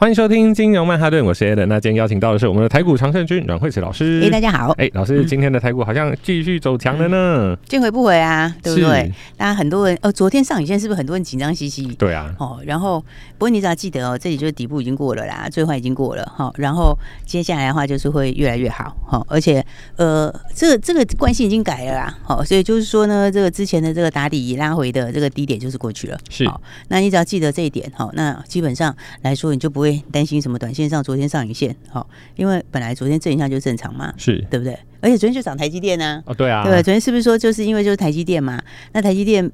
欢迎收听《金融曼哈顿》，我是 Alan。那今天邀请到的是我们的台股常胜军阮惠慈老师。哎、大家好，哎、老师，今天的台股好像继续走强了呢。见回不回啊，对不对是？大家很多人，哦，昨天上影线是不是很多人紧张兮兮？对啊，哦，然后不过你只要记得哦，这里就是底部已经过了啦，最坏已经过了哈、哦，然后接下来的话就是会越来越好哈、哦，而且呃，这个这个惯性已经改了啦，好、哦，所以就是说呢，这个之前的这个打底拉回的这个低点就是过去了，是好那你只要记得这一点，好、哦那基本上来说你就不会担心什么短线上昨天上影线，好、因为本来昨天正一下就正常嘛，是对不对？而且昨天就涨台积电啊，哦，对啊，对，昨天是不是说就是因为就是台积电嘛？那台积电，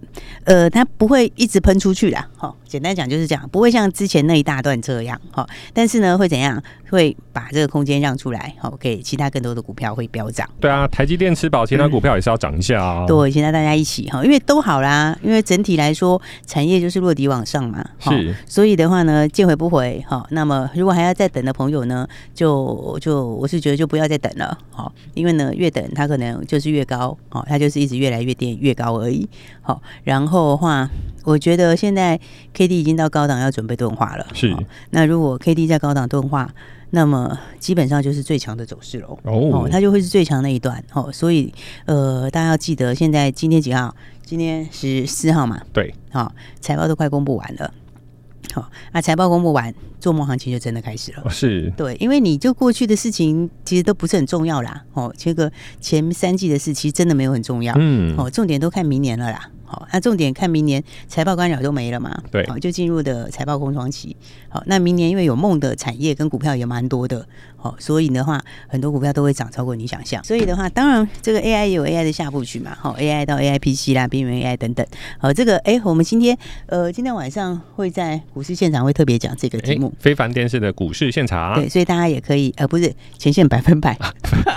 呃，它不会一直喷出去啦，哈、简单讲就是这样，不会像之前那一大段这样，哈、但是呢，会怎样？会把这个空间让出来，好、给其他更多的股票会飙涨。对啊，台积电吃饱，其他股票也是要涨一下啊。嗯对，现在大家一起哈，因为都好啦，因为整体来说产业就是落底往上嘛，哈是所以的话呢，见回不回哈。那么如果还要再等的朋友呢，就就我是觉得就不要再等了，好，因为呢越等它可能就是越高，哦，它就是一直越来越跌越高而已，好。然后的话，我觉得现在 K D 已经到高档要准备钝化了，是好那如果 K D 在高档钝化，那么基本上就是最强的走势喽。哦哦，，它就会是最强那一段哦，所以呃，大家要记得，现在今天几号？今天十四号嘛，对，好、财报都快公布完了，好、那财报公布完，做梦行情就真的开始了。哦是对，因为你就过去的事情其实都不是很重要啦，哦，这个前三季的事其实真的没有很重要，嗯，哦，重点都看明年了啦。好、那重点看明年财报干扰都没了嘛？哦对好、就进入的财报空窗期。好、那明年因为有梦的产业跟股票也蛮多的，好、所以的话，很多股票都会涨超过你想象。所以的话，当然这个 AI 也有 AI 的下部曲嘛，好、a 哦 i 到 AIPC 啦，边缘 AI 等等。好、这个哎，我们今天呃，今天晚上会在股市现场会特别讲这个哎题目，，非凡电视的股市现场啊对，，所以大家也可以呃，不是前线百分百，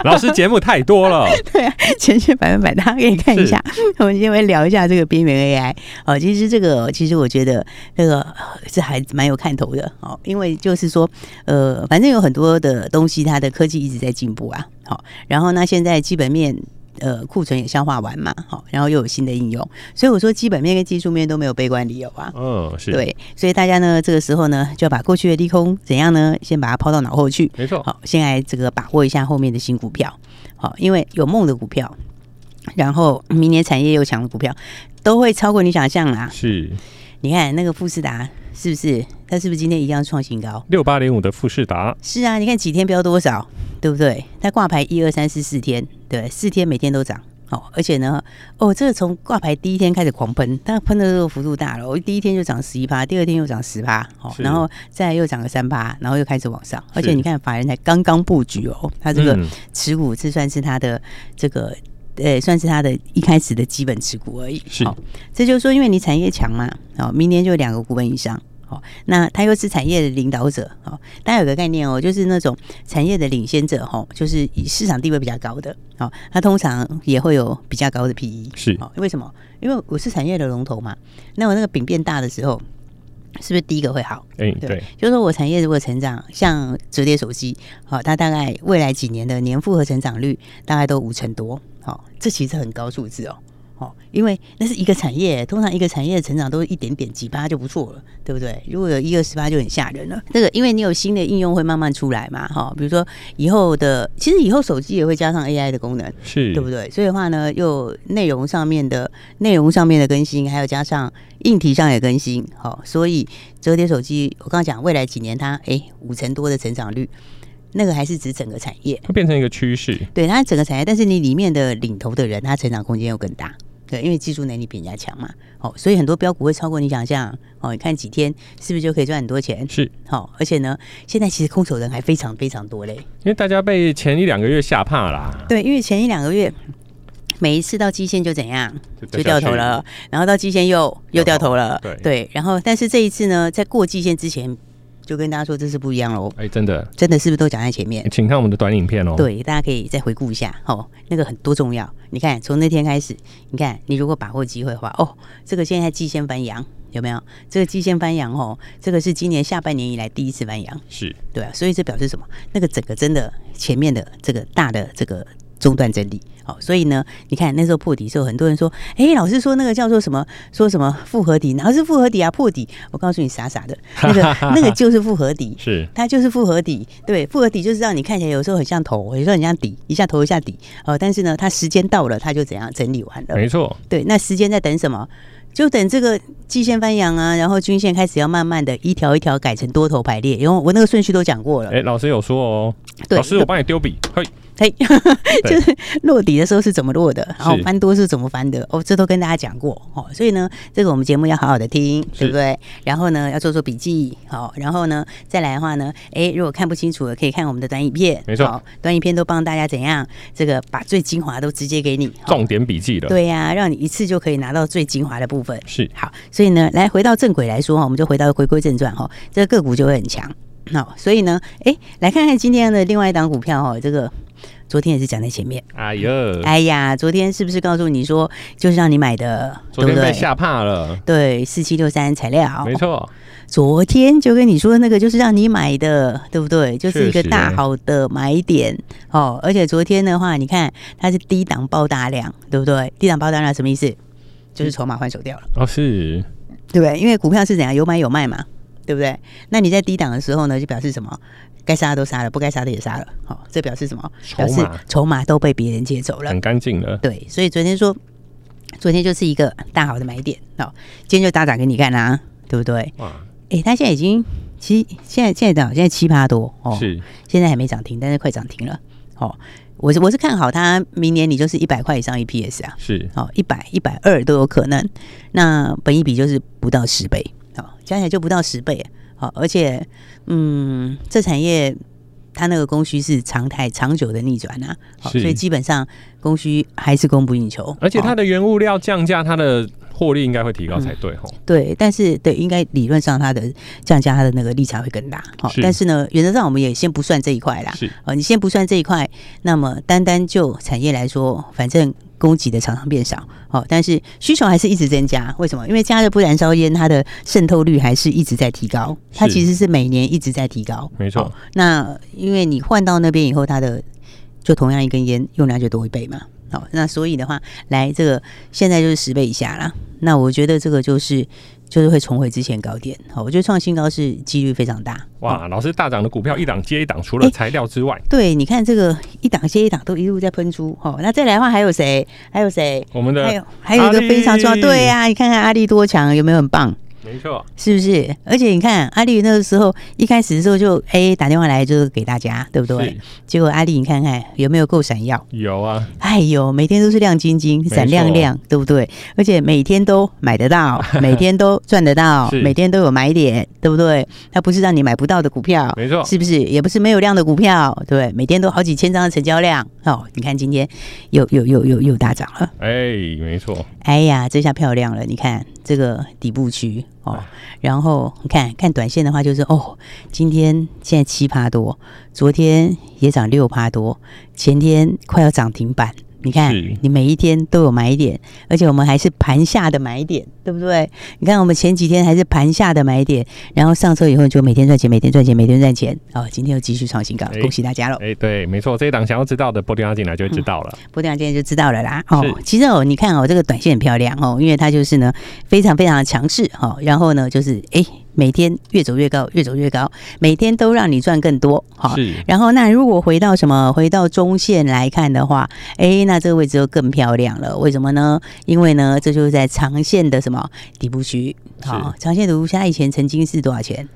老师节目太多 了，对啊，前线百分百，大家可以看一下。 我们先来聊一下这个边缘 AI 哦。其实这个，其实我觉得这个呃是还蛮有看头的哦，因为就是说，呃，反正有很多的东西，它的科技一直在进步啊。好、然后那现在基本面。呃，库存也消化完嘛，好、然后又有新的应用，所以我说基本面跟技术面都没有悲观理由啊。嗯，是，对，所以大家呢，这个时候呢，就要把过去的利空怎样呢，先把它抛到脑后去。没错，好，先来这个把握一下后面的新股票，好，因为有梦的股票，然后明年产业又强的股票，都会超过你想象啦。是你看那个富士达是不是？它是不是今天一样创新高？六八零五的富士达，是啊，你看几天飙多少，对不对？它挂牌一二三四四天，对，四天每天都涨。哦，而且呢，哦，这个从挂牌第一天开始狂喷，它喷的这个幅度大了，我第一天就涨十一趴，第二天又涨十趴，哦，是然后再来又涨了三趴，然后又开始往上，而且是你看法人才刚刚布局哦，它这个嗯持股这算是它的这个。呃，算是它的一开始的基本持股而已。是好这就是说，因为你产业强嘛，好、明年就有两个股本以上。好、那它又是产业的领导者。好、大家有个概念哦，就是那种产业的领先者，哈、就是以市场地位比较高的，好、它通常也会有比较高的 PE。是哦，为什么？因为我是产业的龙头嘛，那我那个饼变大的时候，是不是第一个会好？哎，对对，，就是说我产业如果成长，像折叠手机，好、它大概未来几年的年复合成长率大概都五成多，好、这其实很高数字哦。哦，因为那是一个产业，通常一个产业的成长都是一点点几趴就不错了，对不对？如果有一二十趴就很吓人了。这个因为你有新的应用会慢慢出来嘛，哈、比如说以后的，其实以后手机也会加上 AI 的功能，是，对不对？所以的话呢，又内容上面的内容上面的更新，还有加上硬体上也更新，好、所以折叠手机，我刚刚讲未来几年它诶五成多的成长率，那个还是指整个产业，它变成一个趋势，对它整个产业，但是你里面的领头的人，它成长空间又更大。对，因为技术能力比人家强嘛，哦，所以很多标股会超过你想象，哦，你看几天是不是就可以赚很多钱？是好、而且呢，现在其实空手人还非常非常多嘞，因为大家被前一两个月吓怕啦，对，因为前一两个月每一次到基线就怎样，就掉头了，然后到基线又又掉头了，对然后但是这一次呢，在过基线之前，就跟大家说这是不一样喽，哎、真的，真的是不是都讲在前面？请看我们的短影片哦。，对，大家可以再回顾一下哦，那个很多重要。你看，从那天开始，你看你如果把握机会的话，哦，这个现在季线翻阳有没有？这个季线翻阳哦，这个是今年下半年以来第一次翻阳，是对啊，所以这表示什么？那个整个真的前面的这个大的这个中断整理，哦，所以呢，你看那时候破底的时候，很多人说，哎，老师说那个叫做什么，说什么复合底，哪是复合底啊？破底，我告诉你傻傻的，那个那个就是复合底，是，它就是复合底，对，复合底就是让你看起来有时候很像头，有时候很像底，一下头一下底，哦，但是呢，它时间到了，它就怎样整理完了，没错，对，那时间在等什么？就等这个季线翻扬啊，然后均线开始要慢慢的一条一条改成多头排列，因为我那个顺序都讲过了哎、，老师有说哦，对老师我帮你丢笔，嘿，嘿， 就是落底的时候是怎么落的，然后是翻多是怎么翻的，哦，这都跟大家讲过哦。所以呢，这个我们节目要好好的听，对不对？然后呢，要做做笔记，好、然后呢，再来的话呢，哎，如果看不清楚的，可以看我们的短影片，没错好短影片都帮大家怎样，这个把最精华都直接给你，好重点笔记了，，对呀、让你一次就可以拿到最精华的部分。是好，所以呢，来回到正轨来说哈，我们就回到回归正传哈，这个个股就会很强。好、所以呢，哎，来看看今天的另外一档股票哈，这个昨天也是讲在前面。哎呀，哎呀，昨天是不是告诉你说就是让你买的，昨对不天被对？吓怕了，对，四七六三材料，没。错，昨天就跟你说那个就是让你买的，对不对？就是一确个实大好的买点哦。而且昨天的话，你看它是低档爆大量，对不对？低档爆大量什么意思？就是筹码换手掉了。哦是，对不对？因为股票是怎样有买有卖嘛，对不对？那你在低档的时候呢，就表示什么？该杀的都杀了，不该杀的也杀了，好、这表示什么？筹表码嗯示筹码都被别人接走了。很干净了，对，所以昨天说，昨天就是一个大好的买点，好、今天就打涨给你看啦、啊对不对？哇，诶，它现在已经其实现在现在涨，现在七八多哦，是现在还没涨停，但是快涨停了，哦，我是我是看好它明年你就是一百块以上 EPS 啊，是，好，一百、一百二都有可能。那本一比就是不到十倍，好，加起来就不到十倍。好，而且，嗯，这产业它那个供需是常态、长久的逆转啊，好，是所以基本上供需还是供不应求。而且好它的原物料降价，它的获利应该会提哦高才对哦吼，对，但是对，应该理论上它的降价它的那个利差会更大。好，是但是呢，原则上我们也先不算这一块啦。是哦，你先不算这一块，那么单单就产业来说，反正供给的常常变少，哦，但是需求还是一直增加。为什么？因为加热不燃烧烟，它的渗透率还是一直在提高，它是其实是每年一直在提高。没错哦那因为你换到那边以后，它的就同样一根烟用量就多一倍嘛。好、那所以的话，来这个现在就是十倍以下啦。那我觉得这个就是就是会重回之前高点。好、我觉得创新高是几率非常大。哦哇，老师大涨的股票一档接一档，除了哎材料之外，对，你看这个一档接一档都一路在喷出哦。那再来的话还有谁？还有谁？我们还的有还有一个非常重要，阿力对呀、你看看阿力多强，有没有很棒？没错，是不是？而且你看阿力那个时候一开始的时候就哎打电话来就是给大家，对不对？结果阿力你看看有没有够闪耀？有啊，哎呦，每天都是亮晶晶、错闪亮亮，对不对？而且每天都买 得到，每天都赚得到，是每天都有买点，对不对？它不是让你买不到的股票，没错，是不是？也不是没有量的股票，对，每天都好几千张的成交量哦。你看今天又又又又又大涨了，哎、没错，哎呀，这下漂亮了！你看这个底部区哦哎，然后你看看短线的话，就是哦，今天现在七趴多，昨天也涨六趴多，前天快要涨停板。你看是，你每一天都有买点，而且我们还是盘下的买点，对不对？你看，我们前几天还是盘下的买点，然后上车以后就每天赚钱，每天赚钱，每天赚钱。哦，今天又继续创新高哎，恭喜大家喽！哎、对，没错，这一档想要知道的，拨电话进来就会知道了。波段今天就知道了啦。哦是，其实哦，你看哦，这个短线很漂亮哦，因为它就是呢非常非常的强势哦，然后呢就是哎每天越走越高，越走越高，每天都让你赚更多。好、是然后，那如果回到什么，回到中线来看的话，哎，那这个位置就更漂亮了。为什么呢？因为呢，这就是在长线的什么底部区。好、是长线底部区它以前曾经是多少钱？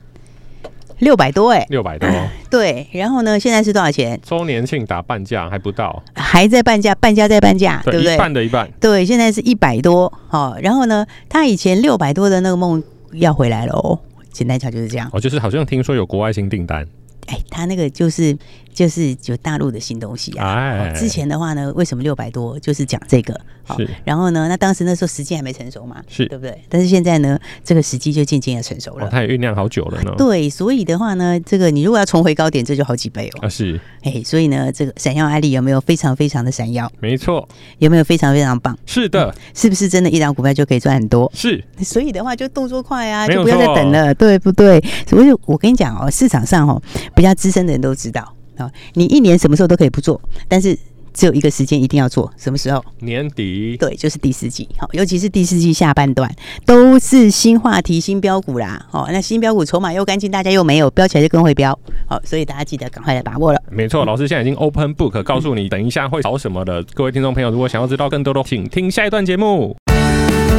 六百多哎，六百多， 对，然后呢，现在是多少钱？周年庆打半价还不到，还在半价，半价再半价，对不一对？半的一半，对，现在是一百多，好、然后呢，他以前六百多的那个梦要回来了哦。简单讲就是这样，哦，就是好像听说有国外新订单，哎，他那个就是就是有大陆的新东西啊。哎，之前的话呢，为什么六百多？就是讲这个。好是然后呢，那当时那时候时机还没成熟嘛，是对不对？但是现在呢，这个时机就渐渐的成熟哦了。，它也酝酿好久了呢，对，所以的话呢，这个你如果要重回高点，这就好几倍哦。啊是，哎，所以呢，这个闪耀案例有没有非常非常的闪耀？没错，有没有非常非常棒？是的，是不是真的一档股票就可以赚很多？是所以的话就动作快啊，没有就不要再错哦等了，对不对？所以我跟你讲哦，市场上哦，比较资深的人都知道哦，你一年什么时候都可以不做，但是只有一个时间一定要做，什么时候？年底，对，就是第四季，好、尤其是第四季下半段都是新话题、新标股啦，哦，那新标股筹码又干净，大家又没有标起来就更会标，好、所以大家记得赶快来把握了。没错，老师现在已经 open book 告诉你，等一下会炒什么的。各位听众朋友，如果想要知道更多的，请听下一段节目。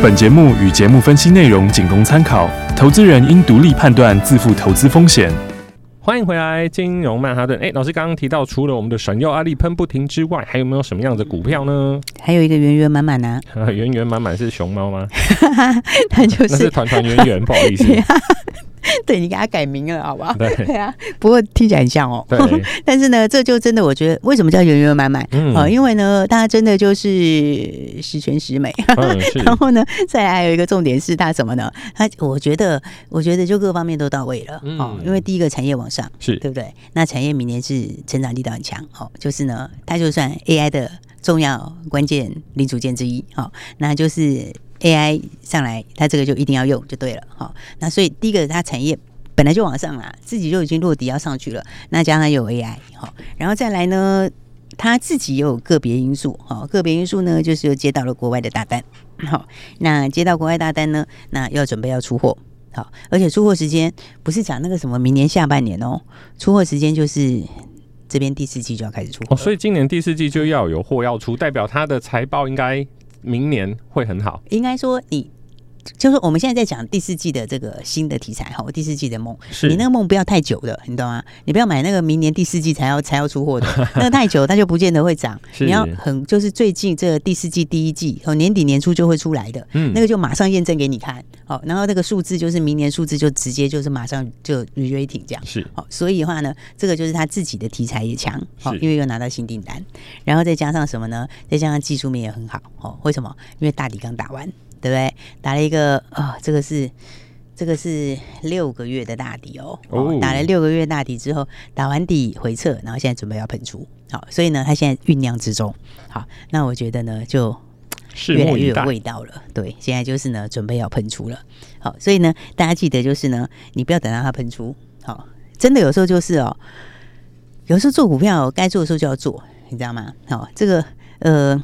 本节目与节目分析内容仅供参考，投资人应独立判断，自负投资风险。欢迎回来，金融曼哈顿。哎，老师刚刚提到，除了我们的闪耀阿力喷不停之外，还有没有什么样的股票呢？还有一个圆圆满满啊， 圆圆满满是熊猫吗？它就那是是团团圆圆，不好 意思。对你给它改名了，好不好？嗯对对啊，不过听起来很像哦。对，但是呢，这就真的，我觉得为什么叫圆圆满满？嗯哦，因为呢，它真的就是十全十美。嗯是然后呢，再来还有一个重点是它什么呢？它我觉得，我觉得就各方面都到位了。嗯哦，因为第一个产业往上，是对不对？那产业明年是成长力道很强。哦，就是呢，它就算 AI 的重要关键零组件之一。哦，那就是。AI 上来，它这个就一定要用就对了，好、那所以第一个，它产业本来就往上啦，自己就已经落底要上去了，那加上有 AI 好、然后再来呢，它自己也有个别因素哈、好个别因素呢就是接到了国外的大单，好、那接到国外大单呢，那要准备要出货。好，而且出货时间不是讲那个什么明年下半年哦，出货时间就是这边第四季就要开始出哦，货了、所以今年第四季就要有货要出，代表它的财报应该明年会很好。应该说你就是我们现在在讲第四季的这个新的题材哈，第四季的梦，是你那个梦不要太久了，你懂吗？你不要买那个明年第四季才要才要出 货的，那个太久它就不见得会涨。是你要很就是最近这个第四季第一季，哦年底年初就会出来的，嗯那个就马上验证给你看，好、然后那个数字就是明年数字就直接就是马上就 re-rating 这样。是好、所以的话呢，这个就是他自己的题材也强，好、是因为又拿到新订单，然后再加上什么呢？再加上技术面也很好，哦，为什么？因为大底刚打完，对不对？打了一个啊、这个是这个是六个月的大底哦，哦哦打了六个月大底之后，打完底回撤，然后现在准备要喷出，好、所以呢，它现在酝酿之中，好，那我觉得呢，就拭越来目越以有待。味道了。对，现在就是呢，准备要喷出了。好，所以呢，大家记得就是呢，你不要等到它喷出。好，真的有时候就是哦，有时候做股票该做的时候就要做，你知道吗？好，这个呃。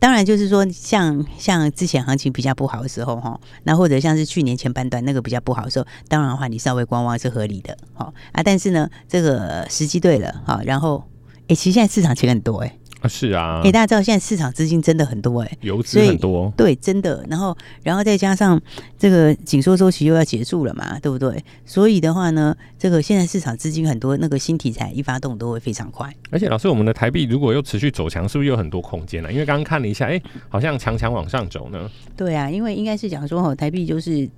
当然，就是说像，像之前行情比较不好的时候，哈，那或者像是去年前半段那个比较不好的时候，当然的话，你稍微观望是合理的，好啊。但是呢，这个时机对了，好，然后，诶，其实现在市场钱很多、诶，啊是啊诶，，大家知道现在市场资金真的很多、诶。游资所以很多，对，真的。然后，然后再加上这个紧缩周期又要结束了嘛，对不对？所以的话呢，这个现在市场资金很多，那个新题材一发动都会非常快。而且老师，我们的台币如果又持续走强，是不是有很多空间呢、因为刚刚看了一下，哎、好像强强往上走呢。对啊，因为应该是讲说，哦，台币就是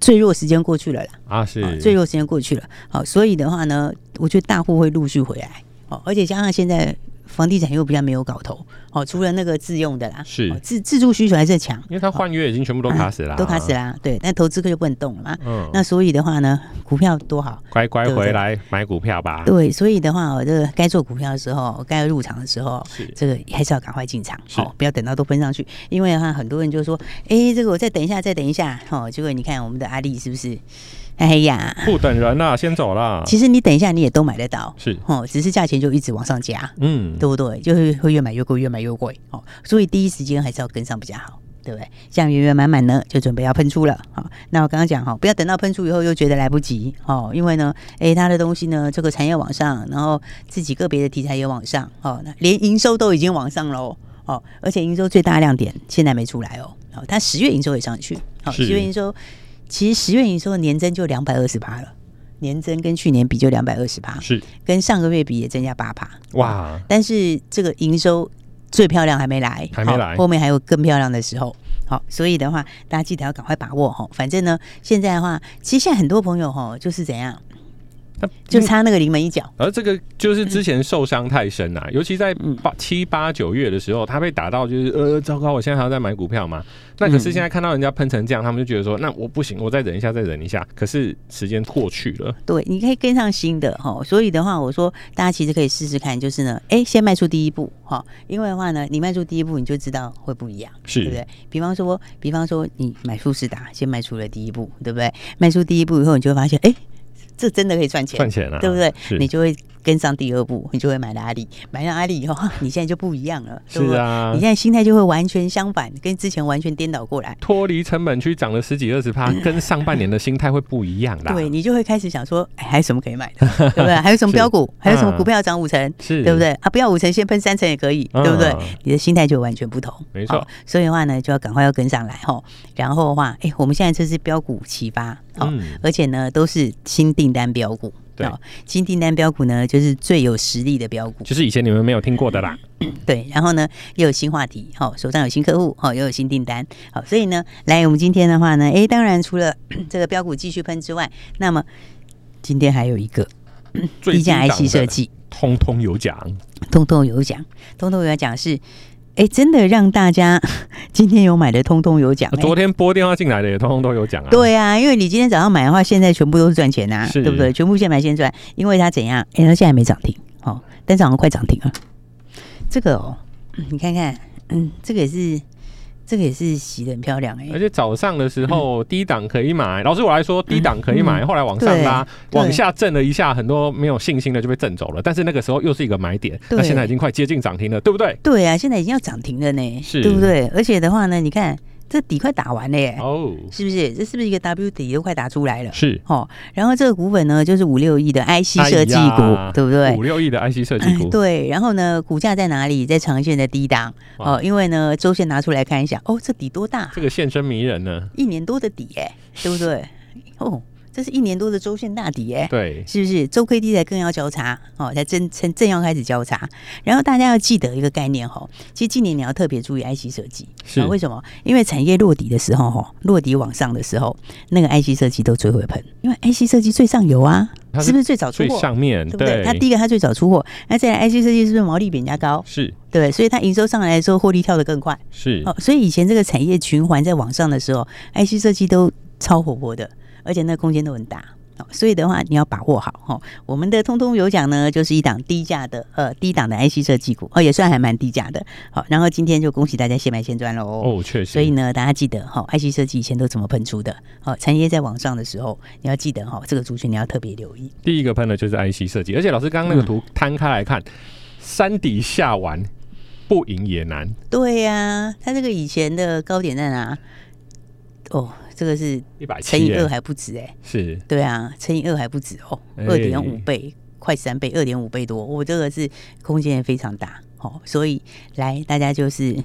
最弱时间过去了啦，啊，是、哦最弱时间过去了。好、所以的话呢，我觉得大户会陆续回来。哦，而且加上现在房地产又比较没有搞头。哦，除了那个自用的啦，是哦自自住需求还是强，因为它换约已经全部都卡死啦、啊都卡死啦。啦。对，但投资客就不能动了嘛。嗯，那所以的话呢，股票多好。乖乖对不对回来买股票吧。对，所以的话，我这个该做股票的时候，该入场的时候，是这个还是要赶快进场，是哦，不要等到都喷上去，因为的话，很多人就说，哎，这个我再等一下，再等一下，哦，结果你看我们的阿丽是不是？哎呀，不等人啦，先走啦。其实你等一下你也都买得到，是，哦，只是价钱就一直往上加，嗯，对不对？就是会越买越贵，越买越贵，哦，所以第一时间还是要跟上比较好。对不对？像圆圆满满呢，就准备要喷出了。好、那我刚刚讲哈、哦，不要等到喷出以后又觉得来不及哦，因为呢，诶，它的东西呢，这个产业往上，然后自己个别的题材也往上哦，那连营收都已经往上喽哦，而且营收最大亮点现在没出来哦，哦，它十月营收也上去，好、是十月营收其实十月营收的年增就两百二十趴了，年增跟去年比就两百二十趴，是跟上个月比也增加八趴。哇，但是这个营收最漂亮还没来，还没来好后面还有更漂亮的时候。好，所以的话，大家记得要赶快把握哈。反正呢，现在的话，其实现在很多朋友哈，就是怎样，那就差那个临门一脚。而这个就是之前受伤太深啦、尤其在嗯八七八九月的时候，他被打到就是呃，糟糕，我现在还要再买股票嘛？那可是嗯现在看到人家喷成这样，他们就觉得说，那我不行，我再忍一下，再忍一下。可是时间过去了，对，你可以跟上新的哈。所以的话，我说大家其实可以试试看，就是呢，哎，先迈出第一步哈。因为的话呢，你迈出第一步，你就知道会不一样。对不是对？比方说，比方说你买富士达，先迈出了第一步，对不对？迈出第一步以后，你就会发现，哎，这真的可以赚钱，赚钱啊，对不对？是你就会跟上第二步，你就会买了阿里，买了阿里以后，哈你现在就不一样了，对不是对？啊你，现在心态就会完全相反，跟之前完全颠倒过来。脱离成本区涨了十几二十 趴，跟上半年的心态会不一样啦。对，你就会开始想说，哎，还有什么可以买 的，对不对？还有什么标股，还有什么股票涨五成，嗯是对不？对啊？不要五成，先喷三成也可以，对不对嗯？你的心态就完全不同，没错好所以的话呢，就要赶快要跟上来哈。然后的话，哎，我们现在这是标股启发，好、嗯而且呢都是新订单标股。对好，新订单标股呢，就是最有实力的标股，就是以前你们没有听过的 啦，对。然后呢，又有新话题，好、手上有新客户，好、又有新订单，好、所以呢，来我们今天的话呢，哎，当然除了 这个标股继续喷之外，那么今天还有一个最低价低档 IC 设的计，通通有 奖，通通有奖，通通有奖是，哎，真的让大家 今天有买的通通有奖、诶啊昨天拨电话进来的也通通都有奖啊。对啊，因为你今天早上买的话，现在全部都是赚钱呐、是对不对？全部现买现赚，因为它怎样？哎，它现在还没涨停，哦，但是好像快涨停了。这个哦，嗯你看看，嗯，这个也是，这个也是洗的很漂亮哎、而且早上的时候低档可以买，老师我来说低档可以买，后来往上拉，嗯对往下震了一下，很多没有信心的就被震走了。但是那个时候又是一个买点，对那现在已经快接近涨停了，对不对？对啊，现在已经要涨停了呢，是对不对？而且的话呢，你看这底快打完了耶，哦，是不是？这是不是一个 W 底都快打出来了？是哦，然后这个股本呢，就是五六亿的 IC 哎呀设计股，对不对五？六亿的 IC 设计股，哎对，然后呢，股价在哪里？在长线的低档哇哦，因为呢，周线拿出来看一下，哦，这底多大？这个现身迷人呢。一年多的底耶、对不对？哦，这是一年多的周线大底耶、对，是不是周 K D 才更要交叉哦，才正正正要开始交叉。然后大家要记得一个概念哦，其实今年你要特别注意 IC 设计，是哦为什么？因为产业落底的时候哦，落底往上的时候，那个 IC 设计都最会喷，因为 IC 设计最上游啊，它是是不是最早出最货？上面对不对？它第一个它最早出货，那再来 IC 设计是不是毛利比人家高？是对不对，所以它营收上来的时候，获利跳得更快。是哦，所以以前这个产业循环在往上的时候，IC 设计都超活泼的，而且那空间都很大。哦，所以的话，你要把握好哦。我们的通通有奖呢，就是一档低价的，呃，低档的 IC 设计股，哦，也算还蛮低价的。好、然后今天就恭喜大家现买现赚喽。哦，确实。所以呢，大家记得哈、哦、，IC 设计以前都怎么喷出的？哦，产业在往上的时候，你要记得哈、哦，这个族群你要特别留意。第一个喷的就是 IC 设计，而且老师刚刚嗯那个图摊开来看，山底下玩不赢也难，对呀、它这个以前的高点在哪？哦，这个是一百乘以七二还不止哎、是对啊，乘以二还不止哦，哎二点五倍，快三倍，二点五倍多。我、这个是空间也非常大哦，所以来大家就是嘖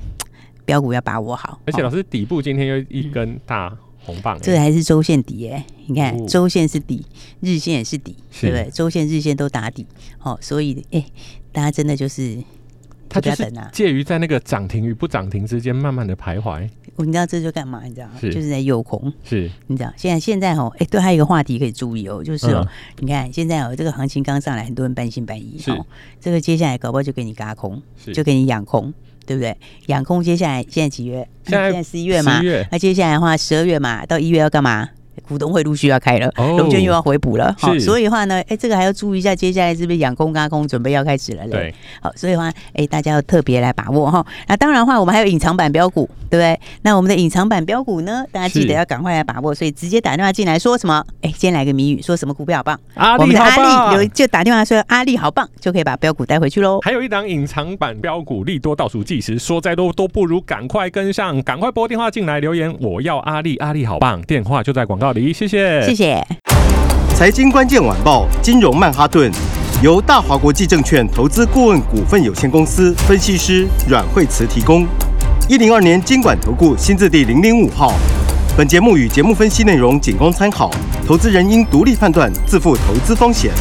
标股要把握好，而且哦老师底部今天又一根大红棒、欸，这还是周线底耶、你看、哦周线是底，日线也是底，是对不对？周线、日线都打底，哦，所以哎、大家真的就是。它不就要是等啊！介于在那个涨停与不涨停之间慢慢的徘徊，我你知道这就干嘛？你知道吗？是就是在诱空。是你知道现在现在哦，哎、对，还有一个话题可以注意哦，就是哦，嗯你看现在哦，这个行情刚上来，很多人半信半疑是哦，这个接下来搞不好就给你嘎空，是就给你养空，对不对？养空接下来 现在几月？现在十一月嘛11月，那接下来的话十二月嘛，到一月要干嘛？股东会陆续要开了，哦龙券又要回补了，好、是所以的话呢，哎，这个还要注意一下，接下来是不是养空嘎空准备要开始了嘞？对，好，所以的话，哎，大家要特别来把握哈。那当然的话，我们还有隐藏版标股，对不对？那我们的隐藏版标股呢，大家记是得要赶快来把握，所以直接打电话进来说什么？哎，今天来个谜语，说什么股票好棒？阿我力们的好阿力有棒。就打电话说阿力好棒，就可以把标股带回去喽。还有一档隐藏版标股利多倒数计时，说再多都不如赶快跟上，赶快拨电话进来留言，我要阿力，阿力好棒，电话就在广告里，谢谢，谢谢。财经关键晚报，金融曼哈顿，由大华国际证券投资顾问股份有限公司分析师阮惠慈提供。一零二年经管投顾新字第零零五号。本节目与节目分析内容仅供参考，投资人应独立判断，自负投资风险。